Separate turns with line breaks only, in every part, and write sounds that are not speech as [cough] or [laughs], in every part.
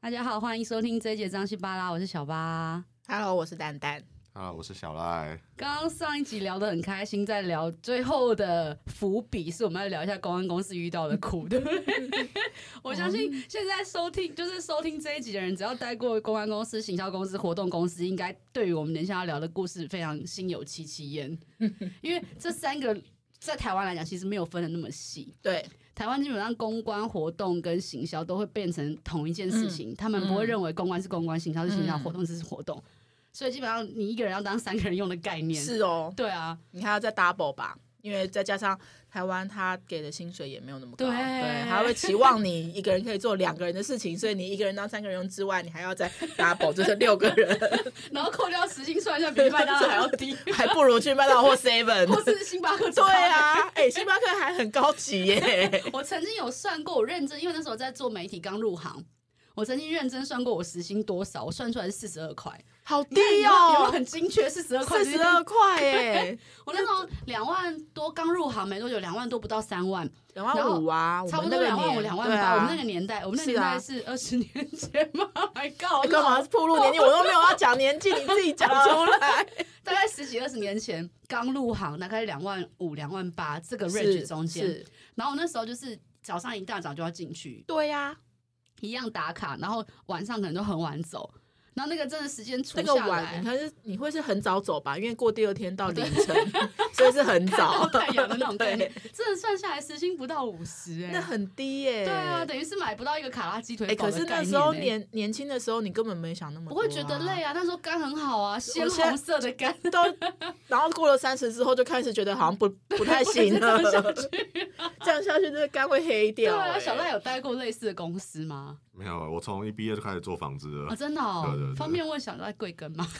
大家好，欢迎收听这一节张西巴拉，我是小巴。
Hello，我是蛋蛋。
啊，我是小赖。
刚刚上一集聊得很开心，在聊最后的伏笔是我们要聊一下公安公司遇到的苦，对不对？我相信现在收听就是收听这一集的人，只要待过公安公司、行销公司、活动公司，应该对于我们等一下要聊的故事非常心有戚戚焉，因为这三个在台湾来讲其实没有分的那么细，
对，
台湾基本上公关活动跟行销都会变成同一件事情，
嗯
他们不会认为公关是公关，行销是行销，活动是活动，所以基本上你一个人要当三个人用的概念。
是哦，
对啊，
你还要再 double 吧，因为再加上台湾他给的薪水也没有那么高，
对
还会期望你一个人可以做两个人的事情，所以你一个人当三个人用之外，你还要再 double，就是六个 [laughs] 人，
然后扣掉时薪算一下，比麦当劳还要
[laughs]
低，
还不如去麦当劳或
或
Seven。
是星巴克。
对，啊，哎、星巴克还很高级耶，
我曾经有算过，我认真，因为那时候在做媒体刚入行，我曾经认真算过我时薪多少，我算出来是四十二块，
好低
你看有没有有没有
哦，
很精确，四十二块。
四十二，块耶，
我那时候两万多刚入行没多久，两万多不到三万，
两万五啊，我
差不
们
多
那个
两万五、
年，
两万
对
八。我们那
啊
个。年代，我们那个
是
年
啊
代是二十年前吗？My God，
你哎干嘛暴露年纪？我都没有要讲年纪，你自己讲出来。
大概十几二十年前刚入行，大概两万五、两万八这个 range 中间。
是
然后我那时候就是早上一大早就要进去，
[laughs] 对啊呀、
一样打卡，然后晚上可能都很晚走。然后那个真的时间除
那个
下
晚，
来
你，看是你会是很早走吧？因为过第二天到凌晨， [laughs] 所以是很早
看 [laughs] 到太阳的那种概念
[laughs] 对，
真的算下来时薪不到五十
那
哎。
很低耶、
对啊，等于是买不到一个卡拉鸡
哎、
腿堡
可
的
是
概
那
念
时候
欸
年年轻的时候，你根本没想那么
不
多、
会觉得累
啊。
啊，那时候肝很好啊，鲜
现在
红色的肝。
都， [laughs] 然后过了三十之后，就开始觉得好像不不太
[laughs]
行了。 [laughs] 这样下去，这个肝会黑
对
掉、
啊，
哎
欸
小赖有待过类似的公司吗？
没有，我从一毕业就开始做纺织了。
啊，真的哦
对对，对
方便问小赖贵庚吗？ [laughs]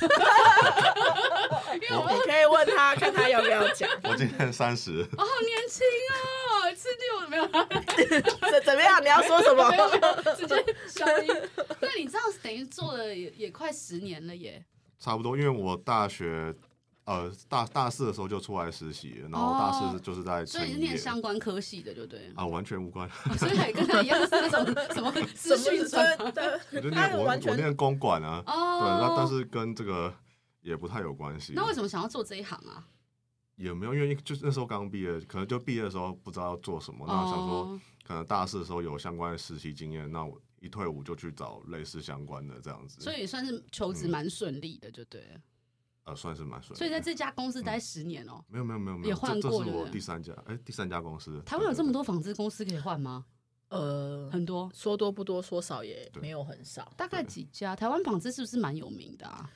因为我
你可以问他，看他要不要讲。
我今年三十， [laughs]
哦，好年轻哦，吃六没有啦，
怎怎么样？你要说什
[laughs]
么
没？有没有，直接消
[laughs]
音。那你这样等于做了 [laughs] 也也快十年了耶。
差不多，因为我大学。呃，大大四的时候就出来实习了，然后大四就是在
哦所
成
以你是
业
念相关科系的，对不对？
啊，完全
[laughs]
无关。
哦所以还跟他一样是那种什么资讯
[laughs]
转
真的
我就
他
念我
完全
我念公管啊，对，那但
哦。
是跟这个也不太有关系。
那为什么想要做这一行啊？
也没有，因为就是那时候刚毕业，可能就毕业的时候不知道要做什么，那想说嗯
哦，
可能大四的时候有相关的实习经验，那我一退伍就去找类似相关的这样子，
所以也算是求职蛮顺利的，就对了。
呃算是蛮顺利的。
所以在这家公司待十年哦，
没有没有没有没
也
有，
换
这这
过
是
对不
我
对
第三家，哎，第三家公司。
台湾有这么多
多？
纺织公司可以换吗？
呃，
很多，
说多不多，说少也
对
没有很少。
大概几家？台湾纺织是不是蛮有名的啊？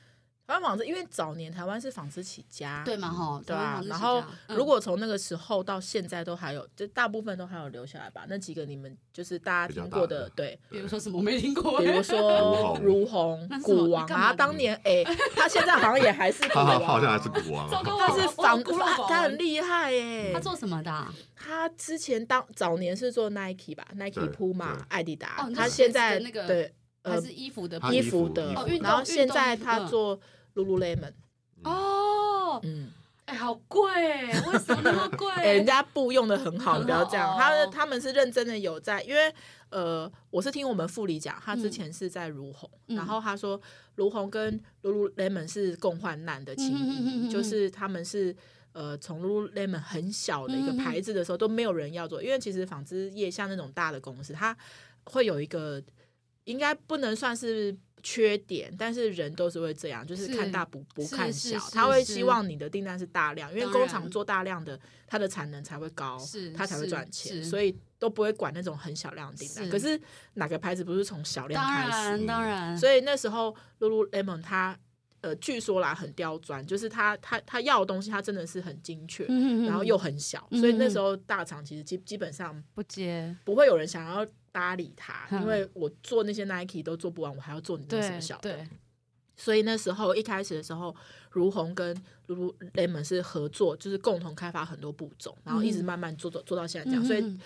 台湾纺织，因为早年台湾是纺织起家，
对嘛哈，
对
台湾
啊
纺。织
然
是
后
这样嗯
如果从那个时候到现在都还有，就大部分都还有留下来吧。那几个你们就是大家
比较
听
大
过
的
的，
[laughs]
对，
比如说什么我没听过，
比如说
如
如虹
那是、什么
古王
你干嘛
啊，当年哎，他现在好像也还是古
他他
王，
他好像还
[laughs]
是股王，
糟糕
但是纺
我我我
他很厉害耶
他。做什么的啊？
他之前当早年是做 Nike 吧，Nike
对
Puma
对、
艾迪达
哦，你说
他现
鞋
在
子的那个
对
还
呃
是衣服的
他
衣
衣
服
服
的
衣服哦，
运动
然后现
运动
在
服
他
嗯
做 Lululemon，
哦，
嗯。
哎，好贵，为什么那么贵？
[laughs] 哎、人家布用的很好，你不要这样。
欸很好
他
哦
他们是认真的有在，因为呃，我是听我们副理讲，他之前是在如虹，
嗯
然后他说如虹跟 Lululemon 是共患难的情
嗯哼哼哼
谊，
哼
就是他们是。呃，从 Lululemon 很小的一个牌子的时候，都没有人要做，因为其实纺织业像那种大的公司，它会有一个应该不能算是缺点，但是人都是会这样，就是
是
看大不不
是
看
是
小，
是
他会
是
希望你的订单是大量，因为
当
工
然
厂做大量的，它的产能才会高，
是
它才会
是
赚钱，
是
所以都不会管那种很小量的订单。
是
可是哪个牌子不是从小量
当
开
然
始？
当然，
所以那时候 Lululemon 它呃，据说啦很刁钻，就是它它它要的东西它真的是很精确，
嗯
然后又很小，
嗯
所以那时候大厂其实基基本上
不接，
不会有人想要搭理它，
嗯
因为我做那些 Nike 都做不完，我还要做你那什
对
么小的。
对，
所以那时候一开始的时候，如虹跟 Lululemon 是合作，就是共同开发很多步骤，然后一直慢慢做做做到现在这样，所以
嗯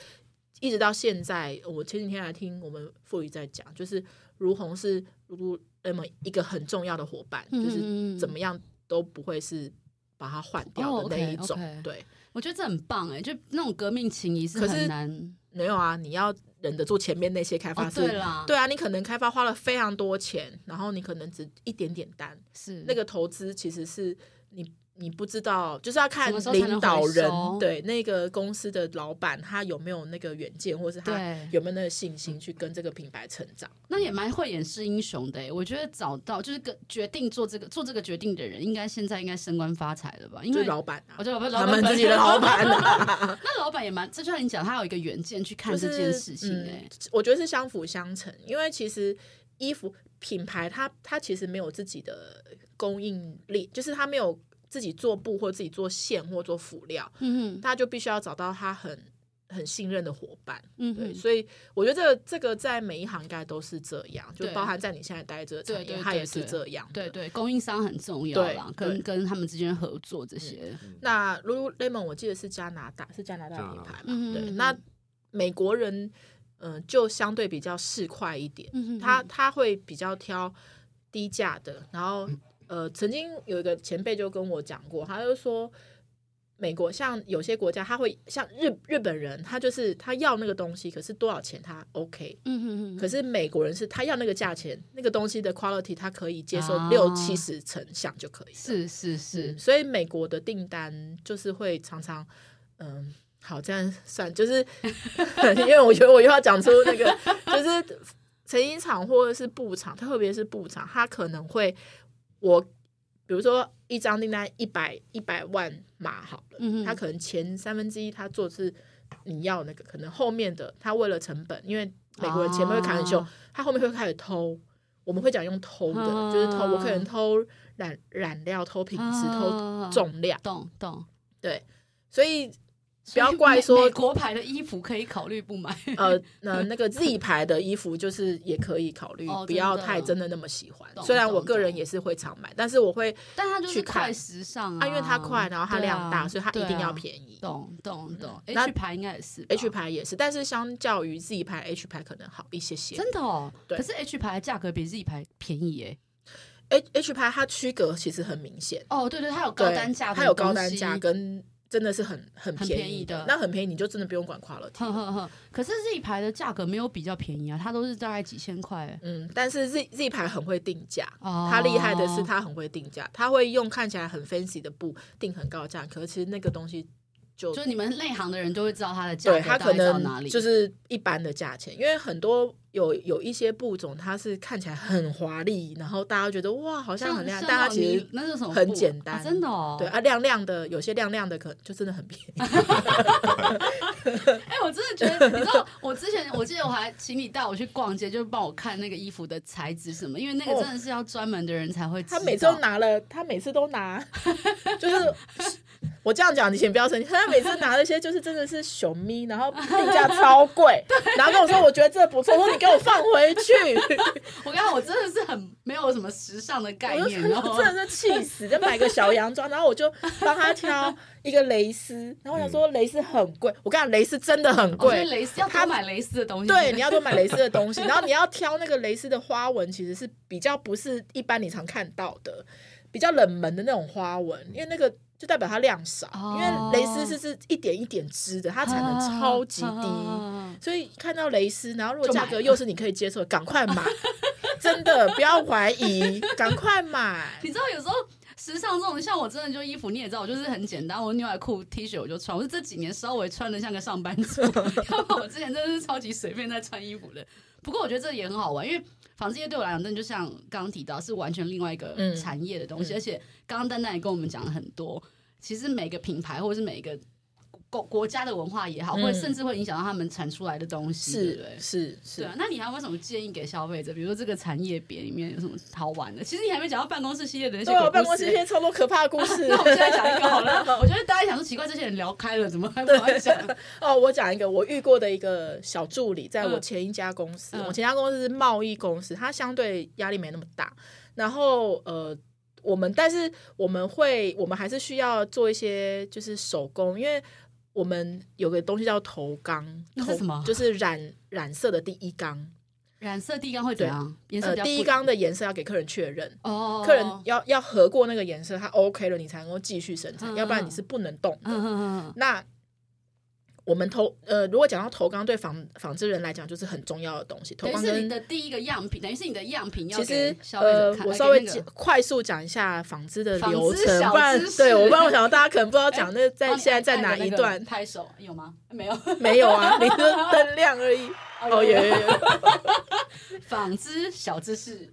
一直到现在，我前几天还听我们傅宇在讲，就是如虹是 Lululemon 一个很重要的伙伴，
嗯
就是
嗯嗯
怎么样都不会是把它换掉
哦
的那一
，OK，OK
种，对。
我觉得这很棒哎，就那种革命情谊是
可是
很难。
没有啊，你要忍得住前面那些开发
哦，
是。
对啦，
对啊，你可能开发花了非常多钱，然后你可能只一点点单，
是
那个投资其实是你你不知道，就是要看
什么时候才能
领导
回
人
收
对那个公司的老板他有没有那个远见，或是他
对
有没有那个信心去跟这个品牌成长。
那也蛮慧眼识英雄的欸。我觉得找到就是个决定做这个做这个决定的人，应该现在应该升官发财了吧？因
就
为
是老板啊
我，觉得老板
他
老
们
板
自己的老板啊，
[laughs] 那老板也蛮，这就像你讲，他有一个远见去看
就是
这件事情哎、
嗯我觉得是相辅相成，因为其实衣服品牌它它其实没有自己的供应链，就是它没有自己做布或自己做线或做辅料，
嗯哼
他就必须要找到他很很信任的伙伴。
嗯
对，
哼，
所以我觉得这个这个在每一行应该都是这样，就
对
包含在你现在待的这个产
对
业，
对
它
对
也是
对
这样的。
对对，供应商很重要啦，
对
跟
对
跟他们之间的合作这些，
那 Lululemon 我记得是加拿大，是加拿大
加拿
品
大
牌嘛？
嗯哼
对，
嗯
那
哼
美国人嗯、呃就相对比较市侩一点，
嗯哼
他他会比较挑低价的，然后呃，曾经有一个前辈就跟我讲过，他就说。美国像有些国家，他会像日日本人，他就是他要那个东西，可是多少钱他 OK，
嗯哼嗯哼，
可
是
是美国人是他要那个价钱，那个东西的 quality 他可以接受
啊
六七十成像就可以了。
是是
嗯
是，
所以美国的订单就是会常常，嗯，好，这样算就是，
[laughs]
因为我觉得我又要讲出那个，就是成衣厂或者是布厂，特别是布厂，它可能会我比如说一张订单一百一百万码好了，
嗯哼
他可能前三分之一他做的是你要那个，可能后面的他为了成本，因为美国人前面会砍很凶，
啊
他后面会开始偷。我们会讲用偷的，
啊
就是偷，我可能偷染染料、偷品质、偷
啊
重量，
懂懂，
所以
所
不要
以
怪
美
说
美国牌的衣服可以考虑不买，
呃，那那个 Z 牌的衣服就是也可以考虑，
哦
不要
真的
太真的那么喜欢。
懂
虽然
懂
我个人
懂
也是会常买，但是我会
但它就是
去看
快时尚
啊，因为它快，然后它
对
量大，
啊
所以它
对
一定要
啊
便宜。
懂懂懂
那
，H 牌应该也是吧
H 牌也是，但是相较于 Z 牌，H 牌可能好一些些。
真的哦，
对
可是 H 牌的价格比 Z 牌便宜耶。
H H 牌它区隔其实很明显，
哦，对对，它有高
对
单价，
它有高单价。跟真的是很很
很
便
便宜
宜
的
那很便宜你就真的不用管 quality。
呵呵呵， [laughs] 可是 Z 牌的价格没有比较便宜啊，它都是大概几千块耶。
嗯，但是 Z Z 牌很会定价，
哦，
它厉害的是它很会定价，它会用看起来很 fancy 的布定很高价，可是其实那个东西就
哦就是你们内行的人就会知道它的价格
对它
大概
可
到哪
能
里，
就是一般的价钱，因为很多有有一些布种它是看起来很华丽，然后大家觉得哇好像
像
很亮，
像
但它
那
其
种
实
泥那是什么
很
布啊
简
啊
单
真的哦。
对啊，亮亮的，有些亮亮的可就真的很便宜。
哎、我真的觉得，你知道，我之前我记得我还请你带我去逛街，就帮我看那个衣服的材质什么，因为那个
哦
真的是要专门的人才会知道。
他每次都拿了，他每次都
[laughs]
拿，就是我这样讲，你先不要生气。他每次拿那些就是真的是熊咪，然后定
[laughs]
价超贵，然后跟我说我觉得这不错，我说你给我放回
[laughs]
去，
我刚刚我真的是很没有什么时尚的概
我就
念，
真
然后
的是气死，就买个小洋装，然后我就帮他挑一个蕾丝，然后我想说蕾丝很贵，我跟你讲蕾丝真的很
哦所以
贵，
蕾丝要多
他
买蕾丝的
[laughs]
东西。
对，你要多买蕾丝的东西，然后你要挑那个蕾丝的花纹，其实是比较不是一般你常看到的，比较冷门的那种花纹，因为那个就代表它量少，因
哦
为蕾丝是是一点一点织的，它产能超级低，
啊
所以看到蕾丝，然后如果
就买
价格
了
又是你可以接受的，赶快 [laughs] 买，真的不要怀疑，赶快买。
你知道有时候时尚这种，像我真的就衣服你也知道，我就是很简单，我牛仔裤、T 恤我就穿。我是这几年稍微穿的像个上班
[laughs]
族，要不然我之前真的是超级随便在穿衣服的。不过我觉得这也很好玩，因为纺织业对我来讲，真的就像刚刚提到，是完全另外一个
嗯
产业的东西。
嗯
而且刚刚丹丹也跟我们讲了很多，其实每个品牌或者是每一个国国家的文化也好，或者
嗯
甚至会影响到他们产出来的东西，对
[laughs] 是
不对？
是
对
是
啊，，那你还有什么建议给消费者？比如说这个产业别里面有什么好玩的？其实你还没讲到办公室系列的那些
对啊，
鬼
我办
故
公
事
室
欸、
现在超多可怕的故 [laughs] 事。
那我们现在讲一个好了。我觉得大家想说奇怪，这些人聊开了，怎么还不来讲？
哦，我讲一个我遇过的一个小助理，在我
嗯
前一家公司，
嗯
我前一家公司是贸易公司，它相对压力没那么大。然后呃，我们但是我们会，我们还是需要做一些就是手工，因为我们有个东西叫头缸，
那是
头
什么
就是染染色的第一缸，
染色地缸会怎样？颜色
呃，
比较
第一
不
缸的颜色要给客人确认。
哦，
客人要要合过那个颜色，它 OK 了，你才能够继续生产，
嗯
要不然
嗯
你是不能动的。
嗯嗯嗯
那我们投呃，如果讲到投钢，对纺纺织人来讲就是很重要的东西。投
等于
钢
是
跟
您的第一个样品，等于是你的样品要
其实
给消费
呃
者，看。
我
哎
稍微
给那
介
个
快速讲一下纺织的
纺织
流程，
小
不然
知识
对我不然我想大家可能不知道讲那在
帮你
现
哦哎
在
按
在
个
哪
那
一
个
段，
拍手有吗？没
[laughs]
有，
没有啊，你就灯亮而已。哦，有有有，有
纺织小知
[laughs]
识，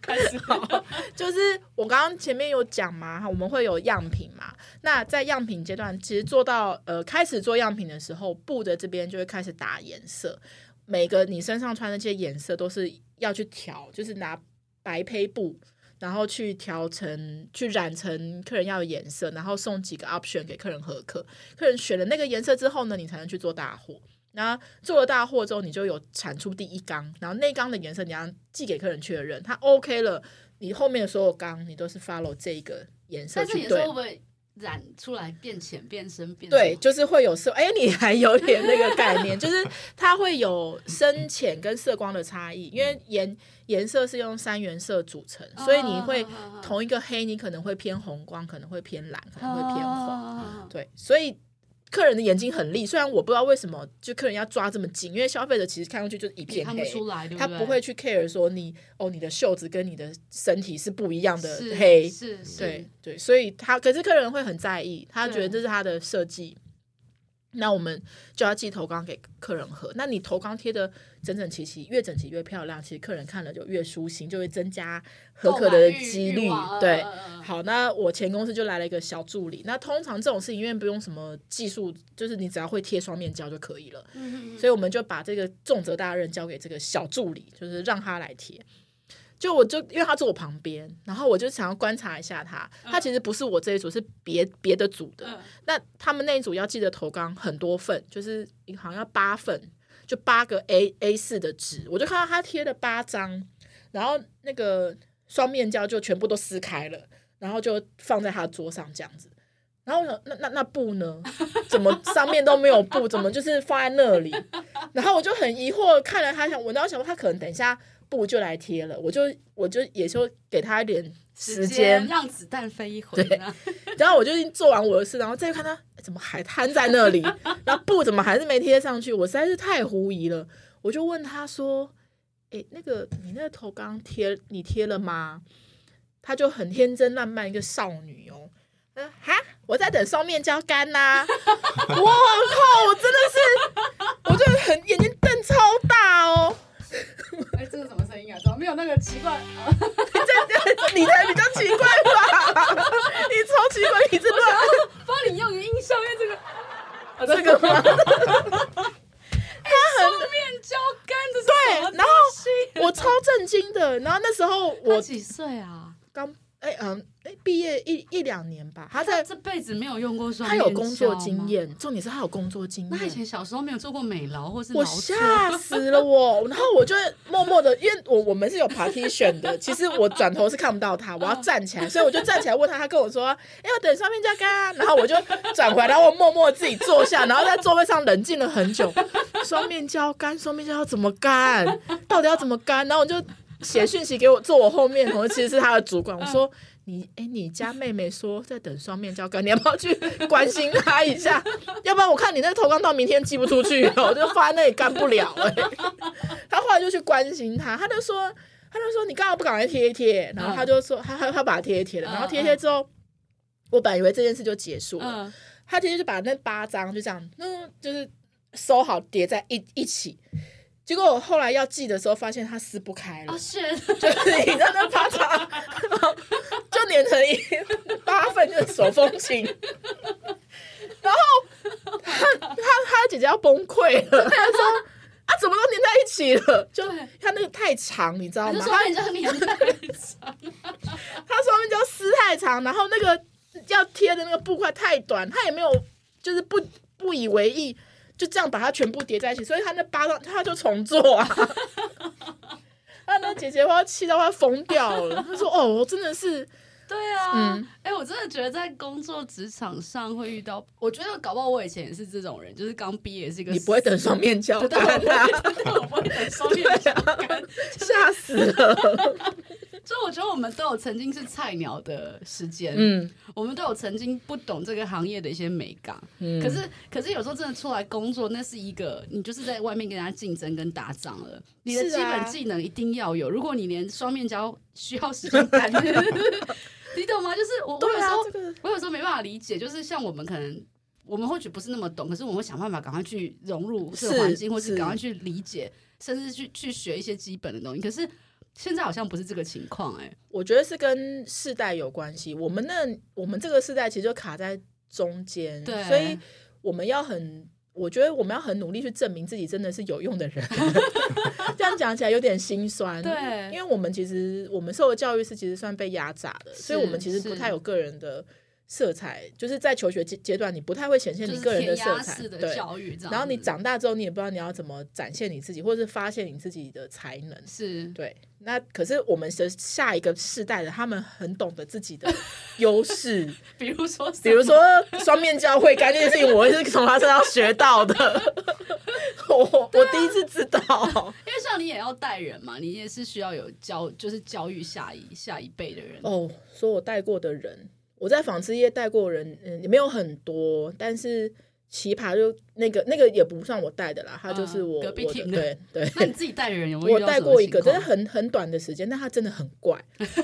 开始好，
就是我刚刚前面有讲嘛，我们会有样品嘛。那在样品阶段，其实做到呃开始做样品的时候，布的这边就会开始打颜色。每个你身上穿的这些颜色都是要去调，就是拿白胚布，然后去调成去染成客人要的颜色，然后送几个 option 给客人合客。客人选了那个颜色之后呢，你才能去做大货。然后做了大货之后，你就有产出第一缸，然后那缸的颜色你要寄给客人确认，他 OK 了，你后面的所有缸你都是 follow 这一个颜色
但是
去
你说
对
会。不会染出来变浅、变深、变
对，
什么
就是会有色。哎，你还有点那个概念，就是它会有深浅跟色光的差异，
嗯
因为颜颜色是用三原色组成，所以你会
啊啊啊啊
同一个黑，你可能会偏红光，可能会偏蓝，可能会偏黄。
啊
对，所以客人的眼睛很利，虽然我不知道为什么，就客人要抓这么紧，因为消费者其实看上去就是一
也
片
看不
黑。
出来，对
他
对
不会去 care 说你哦，你的袖子跟你的身体是不一样的
是
黑，
是是
对对，所以他可是客人会很在意，他觉
对
得这是他的设计。那我们就要寄头钢给客人喝。那你头钢贴的整整齐齐，越整齐越漂亮，其实客人看了就越舒心，就会增加合客的几率。
啊
对，嗯
嗯
好，那我前公司就来了一个小助理。那通常这种事情，因为不用什么技术，就是你只要会贴双面胶就可以了。
嗯
所以我们就把这个重责大任交给这个小助理，就是让他来贴。就我就因为他坐我旁边，然后我就想要观察一下他。他其实不是我这一组，是别别的组
嗯
的。那他们那一组要记得投纲很多份，就是好像要八份，就八个 A A 四的纸，我就看到他贴了八张，然后那个双面胶就全部都撕开了，然后就放在他的桌上这样子。然后我想，那那那布呢？怎 [laughs] 么上面都没有布？怎么就是放在那里？然后我就很疑惑地看了他，想我那我想说他可能等一下布就来贴了，我就我就也就给他一点时间，
让子弹飞一回。
对
这样
然后我就已经做完我的事，然后再看他诶怎么还摊在那里， [laughs] 然后布怎么还是没贴上去，我实在是太狐疑了。我就问他说：“诶，那个你那个头刚贴你贴了吗？”他就很天真烂漫一个少女哦，他说哈，我在等双面胶干呐、我靠，我真的是，我就很眼睛瞪超大哦。
[laughs] 哎，这是什么声音啊？怎么没有那个奇怪？
[laughs] 你才比较奇怪吧？ [laughs] 你超奇怪，你这段
[laughs] 帮你用个音效，因为
[laughs]
这个
哦这个吗？
哎双面胶干，这是
对
什么
然后
东西
[laughs] 我超震惊的。然后那时候
他
我
几岁啊？
刚哎嗯哎毕业一一两年吧，他
他
在
这辈子没有用过双
他
面
有工作
胶吗
经。验，重点是他有工作经
那他以
验。
前小时候没有做过美劳或是
嗯我
劳作
吓死了我，然后我就默默的，因为我我们是有 partition 的，其实我转头是看不到他，我要 [laughs] 站起来，所以我就站起来问他，他跟我说，哎、我等上面加干，然后我就转回来，然后我默默哎自己坐下，然后在座位上冷静了很久，双面胶干，双面胶要怎么干？到底要怎么干？然后我就写讯息给我坐我后面的同事，其实是他的主管，我说。你哎、你家妹妹说在等双面胶干，你要不要去关心她一下？要不然我看你那头刚到明天寄不出去，哦我就放在那里干不了哎、他后来就去关心他，他就说，他就说你干嘛不赶快贴一贴？然后他就说，他他他把它贴一贴
嗯
了，然后贴一贴之后，我本来以为这件事就结束了，
嗯，
他直接就把那八张就这样，嗯，就是收好叠在一一起。结果我后来要寄的时候，发现它撕不开了，
啊 [laughs] 是，
就是你在那啪嚓， [laughs] 就粘成一八份，就是手风琴。然后他他他姐姐要崩溃了，她说啊，怎么都粘在一起了？就
对
他那个太长，你知道
还
吗
是？双面胶粘在一 [laughs] 起
它上面就撕太长，然后那个要贴的那个布块太短，他也没有就是不不以为意，就这样把它全部叠在一起，所以他那八张他就重做 [laughs] 啊。他那姐姐要气到快疯掉了，她说：“哦，我真的是，
对啊，哎、
嗯
我真的觉得在工作职场上会遇到，我觉得搞不好我以前也是这种人，就是刚毕业是一个
你不会等双面
[laughs]
胶
对但我
干
不
啊 [laughs]
会，但我不会等双面胶干，
吓死了。
所以我觉得我们都有曾经是菜鸟的时间，
嗯
我们都有曾经不懂这个行业的一些美感。
嗯，
可是，可是有时候真的出来工作，那是一个你就是在外面跟人家竞争跟打仗了，你的
是
基
啊
本技能一定要有。如果你连双面胶需要时间干，
[laughs]
你懂吗？就是我，我有
对
时
啊
候，
这个
我有时候没办法理解，就是像我们可能。我们或许不是那么懂，可是我们会想办法赶快去融入这个
是
环境，或是
是
赶快去理解，甚至去去学一些基本的东西。可是现在好像不是这个情况、哎，
我觉得是跟世代有关系。我们那我们这个世代其实就卡在中间，
对
所以我们要很，我觉得我们要很努力去证明自己真的是有用的人。 [laughs] 这样讲起来有点心酸，
对
因为我们其实我们受的教育是其实算被压榨的，所以我们其实
是
不太有个人的色彩，就是在求学阶阶段，你不太会显现
就
你
是
个人
填
色
鸭
彩，
式的
对。
教嗯育这样子。
然后你长大之后，你也不知道你要怎么展现你自己，或者是发现你自己的才能。
是
对，那可是我们的下一个世代的，他们很懂得自己的
[laughs]
优势，
比如说，
比如，说双面胶会干这件事情，我也是从他身上学到的。 [laughs] 我我
啊
第一次知
[laughs]
道，
因为像你也要带人嘛，你也是需要有教，就是教育下一下一辈的人。
哦，说我带过的人，我在纺织业带过的人，嗯，也没有很多，但是奇葩就那个那个也不算我带的啦，他就是
嗯
我、
隔壁
我的
team 的
对对。
那你自己带的人有没有
我
遇到什
带
么
过一个，
情况
真的很很短的时间，但他真的很怪，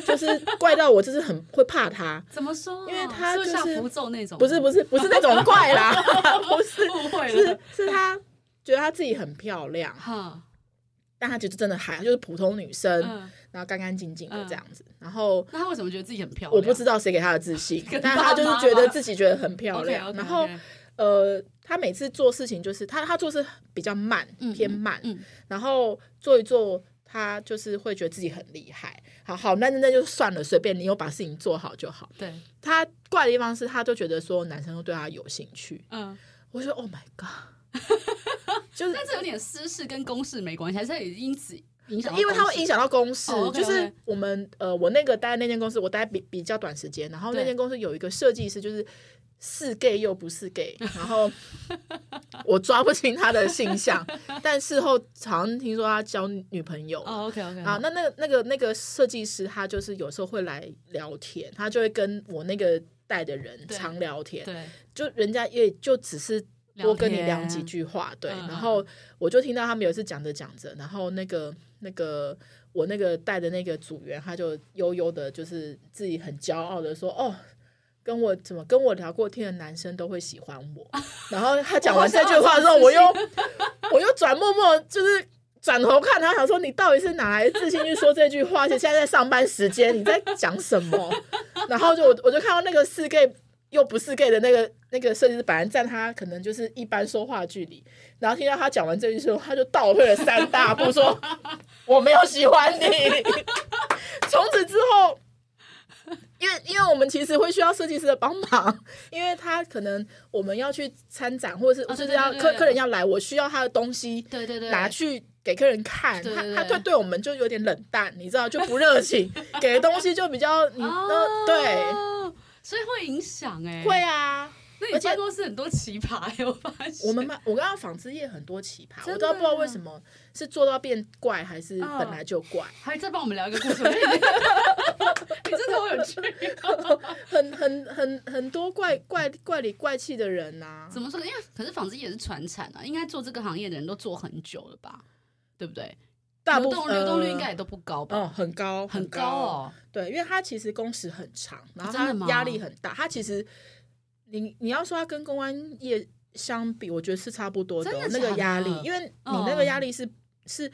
就是怪到我就是很会怕他。
怎么说啊？
因为他
是不是
就是
像符咒那种，
不是不是不是那种怪
[laughs]
啦，不是，
误会了
是。是她觉得她自己很漂亮，
哈，
但她其实真的还就是普通女生，
嗯，
然后干干净净的
嗯
这样子。然后
那他为什么觉得自己很漂亮？
我不知道谁给她的自信
跟，
但
爸
她就是
妈
觉得
吗
自己觉得很漂
OK，OK，OK。嗯
亮。然后呃，她每次做事情就是她她做事比较慢
嗯，
偏慢，
嗯，
然后做一做。她就是会觉得自己很厉害，好好，那那那就算了，随便你有把事情做好就好。
对，
她怪的地方是，她就觉得说男生都对她有兴趣，
嗯，
我就说 Oh my
[laughs]
god，就是
但是有点私事跟公事没关系，还是它也因此影响到公事，
因为它会影响到公事，
哦，OK，OK
就是我们呃，我那个待那间公司，我待比比较短时间，然后那
对
间公司有一个设计师就是。是 gay 又不是
[laughs]
gay，然后我抓不清他的性向，但事后好像听说他交女朋友了
哦，OK OK，
啊，那那那个那个设计师，他就是有时候会来聊天，他就会跟我那个带的人
对
常聊天，
对，
就人家也就只是
聊
多跟你
天
聊几句话，对。
嗯
然后我就听到他们有一次讲着讲着，然后那个那个我那个带的那个组员，他就悠悠的，就是自己很骄傲的说：“哦，跟我怎么跟我聊过天的男生都会喜欢我。”然后他讲完这句话之后，我又我又转默默就是。转头看他，想说你到底是哪来的自信去说这句话？而且现在在上班时间，你在讲什么？然后就我我就看到那个四 gay 又不是 gay 的那个那个设计师，本来站他可能就是一般说话距离，然后听到他讲完这句之后，他就倒退了三大步，说：“ [laughs] 我没有喜欢你。” [laughs] 从此之后，因为因为我们其实会需要设计师的帮忙， [laughs] 因为他可能我们要去参展，或者是
哦
就
对
是要
对对
客
对
客人要来，我需要他的东西
对对对，
拿去给客人看，
对对
他他
对
对对我们就有点冷淡，你知道，就不热
[laughs]
情，给的东西就比较你
哦
那对。
所以会影响哎，
会。啊，
那
而
你
且
办公室很多奇葩欸，我发现
我们嘛，我刚刚纺织业很多奇葩，
真的啊
我都不知道为什么是做到变怪，还是
嗯
本来就怪， [laughs]
还再帮我们聊一个故事，我觉得你你真的好有趣。哦
很很很很多怪怪怪里怪气的人啊呐、
怎么说呢？因为可是纺织业是传产啊，应该做这个行业的人都做很久了吧？对不对？
大
流
部
动
分呃
流动率应该也都不高吧？
哦很高
很
高
高，哦。
对，因为它其实工时很长，然后
啊真
它
的吗
压力很大，它其实你你要说它跟公安业相比，我觉得是差不多哦
真的
那个
假
压力
的，
因为你
哦
那个压力是、是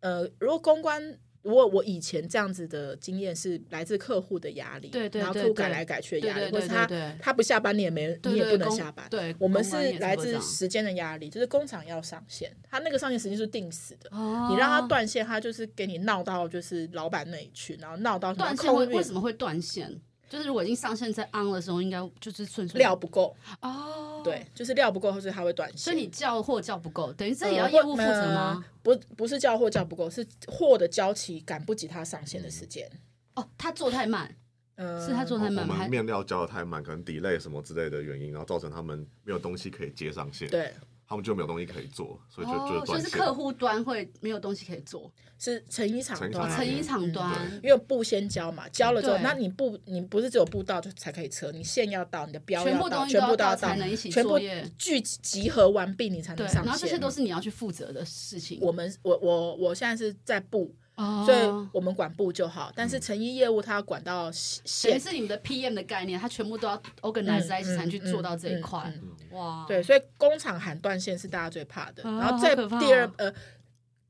呃，如果公关。如果我以前这样子的经验是来自客户的压力，
对对
然后
对
客户
对
改来改去的
对
压力，
对
或
对
是
对
他
对，
他不下班你也没
对
你也
对
不能
公
下班。
对，
我们
公关
是
也
来
不多这
自
样
时间的压力，就是工厂要上线，他那个上线时间是定死的，
哦
你让他断线，他就是给你闹到就是老板那里去，然后闹到什么
断线
空
会
运
为什么会断线？就是如果已经上线在 on 的时候，应该就是顺顺
料不够，
哦。
对，，就是料不够，所以他会断线。
所以你叫货叫不够，等于这
呃
也要
或
业务负责吗？
呃不，不是交货交不够，是货的交期赶不及他上线的时间。
哦，他做太慢，
嗯，
是他做太
我
慢吗？
们
还
面料交的太满，可能 delay 什么之类的原因，然后造成他们没有东西可以接上线。
对，
他们就没有东西可以做，所以就、
哦
就，
所
断
以是
线。
客户端会没有东西可以做，
是成衣厂
成衣
哦
端
厂，
成衣
嗯
厂端
因为布先交嘛，交了之后，
对
那你布你不是只有布到就才可以车，你线要到，你的标
全部
要
东
到，
西都
全
要
部
到
要
才
到，
能一起
全部
作业。
聚集集合完毕你才
对
能，上线。
然后这些都是你要去负责的事情。
我们我我我现在是在布，
哦
所以我们管布就好，但是成衣业务它要管到
等于
线，
是你们的 PM 的概念，它全部都要 organize 在一起才能去做到这一块
嗯。嗯
哇，
对，，所以工厂喊断线是大家最怕的，
啊
然后再
好可怕哦
第二呃，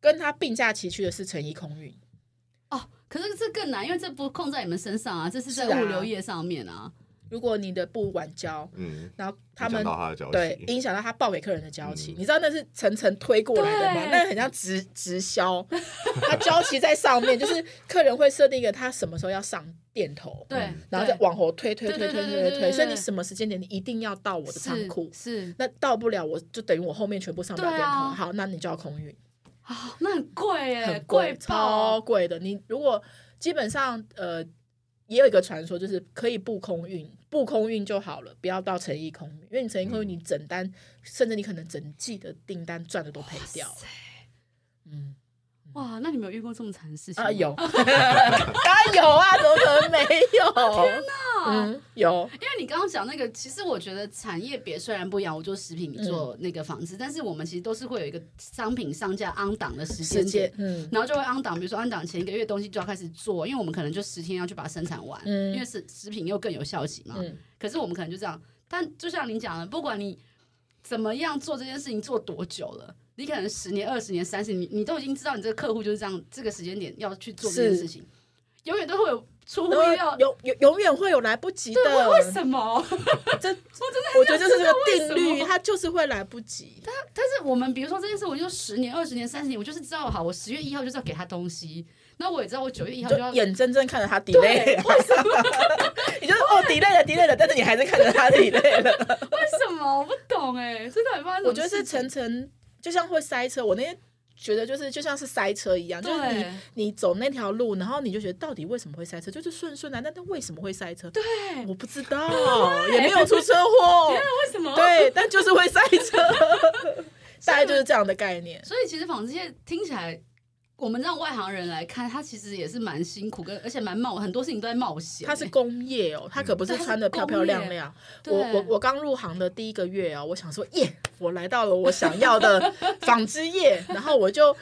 跟它并驾齐驱的是成衣空运，
哦，可是这更难，因为这不控在你们身上啊，这是在
是啊
物流业上面啊。
如果你的布晚交，
嗯，
然后他
影响
们
到他的交
对
集，
影响到他报给客人的交期，
嗯
你知道那是层层推过来的吗？
对
那很像直直销，他交期在上面，就是客人会设定一个他什么时候要上电头，
对
嗯，
然后再
对
往后推推
对
推推
对对对对
推推
对
推，
对
所以你什么时间点你一定要到我的
是
仓库，
是
那到不了我就等于我后面全部上不了
对
电头，
啊
好，那你就要空运，
啊，那很贵哎，
很贵，
爆
超贵的。你如果基本上呃。也有一个传说，就是可以不空运，不空运就好了，不要到成衣空运，因为你成衣空运，你整单甚至你可能整季的订单赚的都赔掉了
哇。塞
嗯，
哇，那你们有遇过这么惨的事情吗
啊有， [laughs] 当然有啊，怎么可能没有？嗯，有，
因为你刚刚讲那个，其实我觉得产业别虽然不一样，我做食品，你做那个纺织，但是我们其实都是会有一个商品上架 on 档的时间
时
点
间，，嗯
然后就会 on 档，比如说 on 档前一个月东西就要开始做，因为我们可能就十天要去把它生产完，
嗯
因为食食品又更有效期嘛。
嗯，
可是我们可能就这样，但就像你讲的，不管你怎么样做这件事情做多久了，你可能十年、二十年、三十年，你都已经知道你这个客户就是这样，这个时间点要去做这件事情，永远都会有出乎
然后
意料。
永永永远会有来不及的，
为什么？
这
我真的
我觉得这是个
知道
定
为什
律，
么
它就是会来不及。
但是我们比如说这件事，我就十年、二十年、三十年，我就是知道，好，我十月一号就是要给他东西，那我也知道我九月一号
就
就要。
眼睁睁看着它
对，
delay，
为什么？
[laughs] 你就是哦 delay 了 delay 了，但是你还是看着它 delay 了。
为什么？我不懂哎、这到底发生什么事情？
我觉得是层层，就像会塞车。我那天觉得就是就像是塞车一样，就是你
对
你走那条路，然后你就觉得到底为什么会塞车？就是顺顺的，那但为什么会塞车？对，
对，
我不知道，也没有出车祸，
为什么？
对，但就是会塞车， [laughs] 大概就是这样的概念。
所以其实纺织业听起来，我们让外行人来看，它其实也是蛮辛苦跟，而且蛮冒，很多事情都在冒险、
它是工业哦，它可不是穿的漂漂亮亮。
对
我
它是工业
我我刚入行的第一个月哦，我想说耶，我来到了我想要
[laughs]
的纺织业，然后我就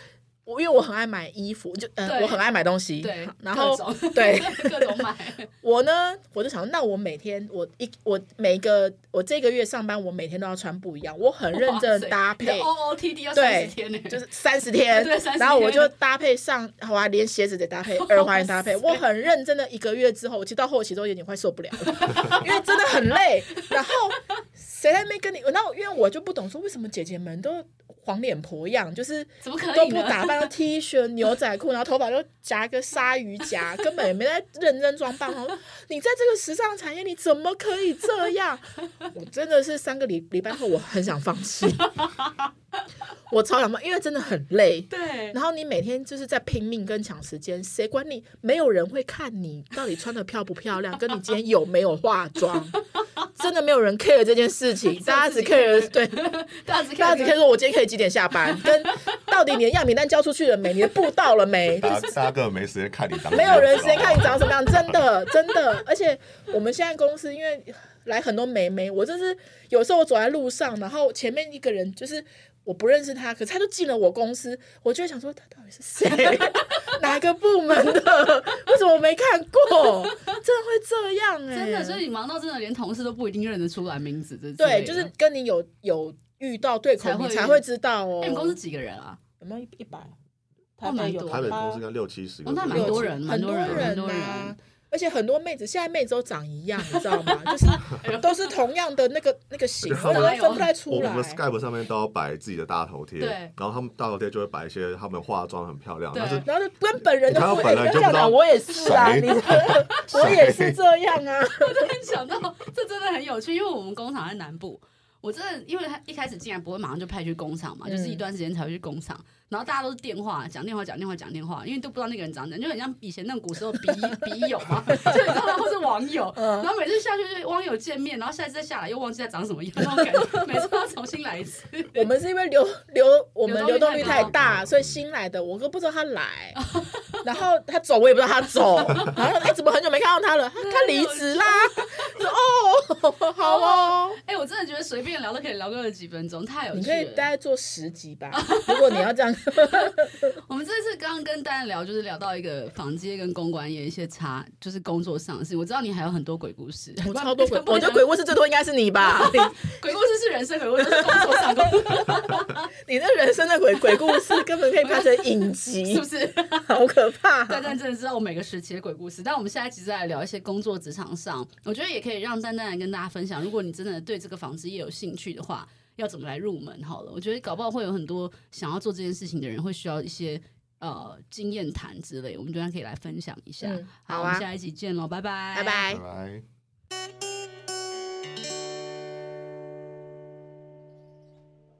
我因为我很爱买衣服，就嗯、
对
我很爱买东西，
对，
然
各
后
种
对
[laughs] 各种买，
我呢，我就想说，那我每天我一我每个我这个月上班，我每天都要穿不一样，我很 [laughs] 认真地搭配。
O O T D 要三
对
十天呢、欸
就是三十天
对30，
然后我就搭配上，我还连鞋子得搭配，耳环也搭 [laughs] 配。我很认真的一个月之后，我其实到后期都有点快受不了了，因为真的很累。然后谁在那边跟你？然后因为我就不懂说为什么姐姐们都黄脸婆样，就是
怎么可以呢
都不打扮，然后 T 恤、牛仔裤，然后头发就夹一个鲨鱼夹，根本也没在认真装扮。然后你在这个时尚产业，你怎么可以这样？我真的是三个礼礼拜后，我很想放弃，我超想放，因为真的很累。
对，
然后你每天就是在拼命跟抢时间，谁管你？没有人会看你到底穿的漂不漂亮，跟你今天有没有化妆，真的没有人 care 这件事情，大家只 care 对，
大家只
大家
看
只 care 说我今天可以几点下班，跟到底你的样品单交出去了没，你的布到了没，
大家大家根本没时间看你当，
没有人先看你长什么样，真的真的。而且我们现在公司因为来很多美眉，我就是有时候我走在路上，然后前面一个人就是我不认识他，可是他就进了我公司，我就会想说他到底是谁， [laughs] 哪个部门的？为什么我没看过？真的会这样哎、
真的，所以你忙到真的连同事都不一定认得出来名字，这之类
对，
的哎
就是。跟你有有遇到对口
才，会
你才会知道哦。
哎你们公司几个人
[laughs]
啊？
有没有一一百？
哦蛮多
台北公司应该六七十个
哦那
左右，
蛮多人
很
蛮多人蛮
人
多人
啊而且很多妹子，现在妹子都长一样，你知
[laughs]
道吗？
哎
就是都是同样的那个那个型，
他
我
们
都分不太
我
出来
们。Skype 上面都要摆自己的大头贴，
对
然后他们大头贴就会摆一些他们化妆很漂亮，
对
但是
然后就跟本人都
你看
不会，
到本人
哎
就
这
不
样
知道
讲我也是啊，
谁
你我也是这样啊。
[laughs] 突然想到，这真的很有趣，因为我们工厂在南部，我真的因为他一开始进来不会马上就派去工厂嘛，
嗯
就是一段时间才会去工厂，然后大家都是电话讲电话讲电话讲电话，因为都不知道那个人长怎样，就很像以前那种古时候笔 [laughs] 笔友嘛，就你知道吗？或是网友，
嗯
然后每次下去就网友见面，然后下一次再下来又忘记他长什么样，那种感觉，每次都要重新来一次。
我们是因为流流我们流
流动
动
率
率
太
太
高嗯
大，所以新来的我都不知道他来，然后他走我也不知道他走，然后哎、怎么很久没看到他了？他他离
[laughs]
职啦！说哦，好哦，
哎、我真的觉得随便聊都可以聊个几分钟，太有
你
趣
可以
了。
大概做十集吧，如果你
[laughs]
要这样，
我们这次刚刚跟大家聊，就是聊到一个纺接跟公关业一些差，就是工作上的事情。我知道你还有很多鬼故事， [laughs]
我超多鬼，
不
我
然
觉得鬼故事最多应该是
[laughs]
你吧？
鬼故事是人生鬼故事，是工作上 [laughs] 的鬼故
你你那人生的鬼鬼故事根本可以拍成影
事，[laughs]
集
是不，是？
好可怕！
蛋蛋真的知道我每个时期的鬼故事，但我们现在其实来聊一些工作职场上，我觉得也可以让蛋蛋来跟大家分享。如果你真的对这个纺织业有兴趣的话，要怎么来入门好了？我觉得搞不好会有很多想要做这件事情的人会需要一些呃经验谈之类，我们当然可以来分享一下。
嗯
好，
好啊
我们下一集见喽，拜拜，
拜拜
拜拜。
Thank